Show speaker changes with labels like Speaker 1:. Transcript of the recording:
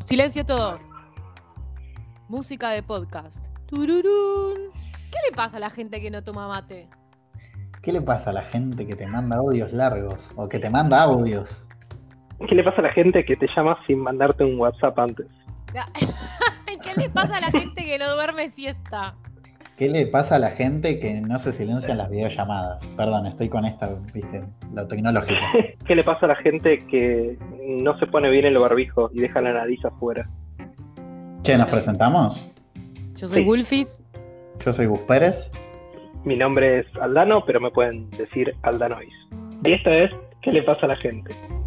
Speaker 1: Silencio todos. Música de podcast. Tururún. ¿Qué le pasa a la gente que no toma mate?
Speaker 2: ¿Qué le pasa a la gente que te manda audios largos o que te manda audios?
Speaker 3: ¿Qué le pasa a la gente que te llama sin mandarte un WhatsApp antes?
Speaker 4: ¿Qué le pasa a la gente que no duerme siesta?
Speaker 2: ¿Qué le pasa a la gente que no se silencian las videollamadas? Perdón, estoy con esta, viste, lo tecnológico.
Speaker 3: ¿Qué le pasa a la gente que no se pone bien el barbijo y deja la nariz afuera?
Speaker 2: Che, ¿nos presentamos?
Speaker 1: Yo soy
Speaker 3: Sí.
Speaker 1: Wolfis.
Speaker 2: Yo soy Gus Pérez.
Speaker 3: Mi nombre es Aldano, pero me pueden decir Aldanois. Y esta es ¿Qué le pasa a la gente?